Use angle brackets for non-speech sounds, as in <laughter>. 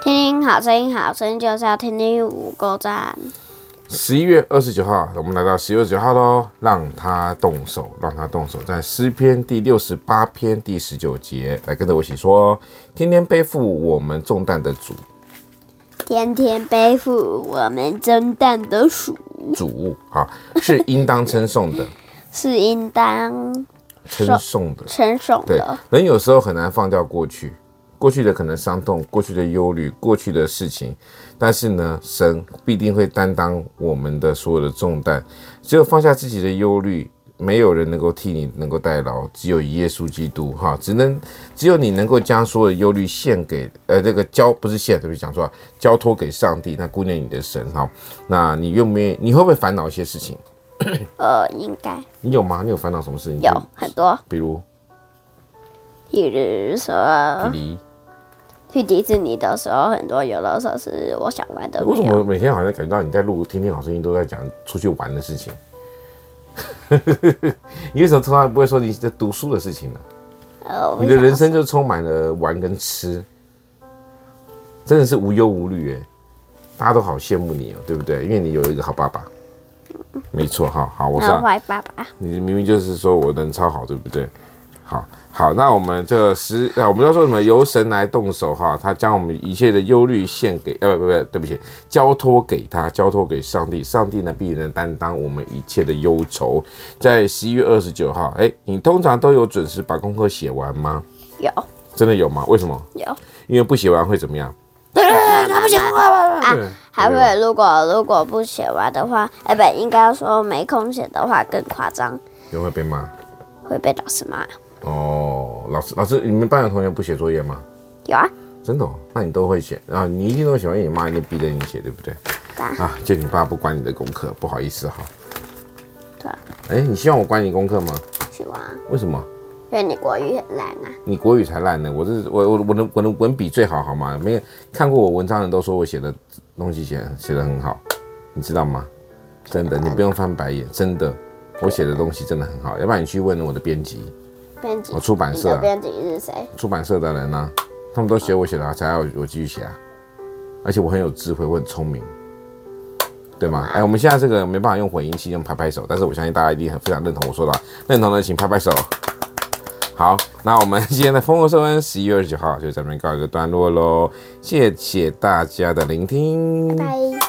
听听好声音，好声音就是要听听五个赞。十一月二十九号，我们来到十月九号喽，让他动手，让他动手，在诗篇第六十八篇第十九节，来跟着我一起说：天天背负我们重担的主，天天背负我们蒸蛋的鼠，主啊，是应当称颂的，是应当称颂的。称颂对的。，人有时候很难放掉过去，过去的可能伤痛，过去的忧虑，过去的事情，但是呢，神必定会担当我们的所有的重担。只有放下自己的忧虑，没有人能够替你能够代劳，只有耶稣基督哈，只能只有你能够将所有的忧虑献给呃这个交不是献，对不起讲错了，交托给上帝，那顾念你的神哈。那你愿不愿意？你会不会烦恼一些事情？呃，应该你有吗？你有烦恼什么事情？有很多，比如，比如比说如。去迪士尼的时候，很多游乐设施我想玩的 <laughs> 为什没有。么每天好像感觉到你在录《天天好声音》都在讲出去玩的事情？ <laughs> 你为什么从来不会说你在读书的事情呢？呃，我你的想人生就充满了玩跟吃，真的是无忧无虑哎，大家都好羡慕你哦，对不对？因为你有一个好爸爸，没错哈。好，我啊那说坏爸爸，你明明就是说我人超好，对不对？好好，那我们这十啊，我们要说什么？由神来动手哈，他将我们一切的忧虑献给呃，不不，对不起，交托给他，交托给上帝，上帝呢必能担当我们一切的忧愁。在十一月二十九号，哎，你通常都有准时把功课写完吗？有真的有吗？为什么？有。因为不写完会怎么样？ <laughs> 啊还会，如果如果不写完的话，哎不，应该要说没空写的话更夸张，有会被骂会被老师骂。哦。老师，老师，你们班有同学不写作业吗？有啊，真的、哦？那你都会写啊？你一定都喜欢你妈一定逼着你写，对不对？对啊啊，就你爸不管你的功课，不好意思哈。对啊，哎，你希望我管你功课吗？喜欢啊，为什么？因为你国语很烂啊。你国语才烂呢，我是我我我的我的文笔最好，好吗？没有看过我文章的人都说我写的东西写写的很好，你知道吗？真的，你不用翻白眼，真的，我写的东西真的很好。要不然你去问我的编辑，编辑我，出版你社、的啊、编辑是谁？出版社的人呢、他们都写我写的好，才要我继续写啊。而且我很有智慧，我很聪明，对吗？哎，我们现在这个没办法用混音器，用拍拍手，但是我相信大家一定很非常认同我说的啊，认同的请拍拍手。好，那我们今天的《风和收恩》十一月二十九号就在这边告一个段落喽，谢谢大家的聆听，拜。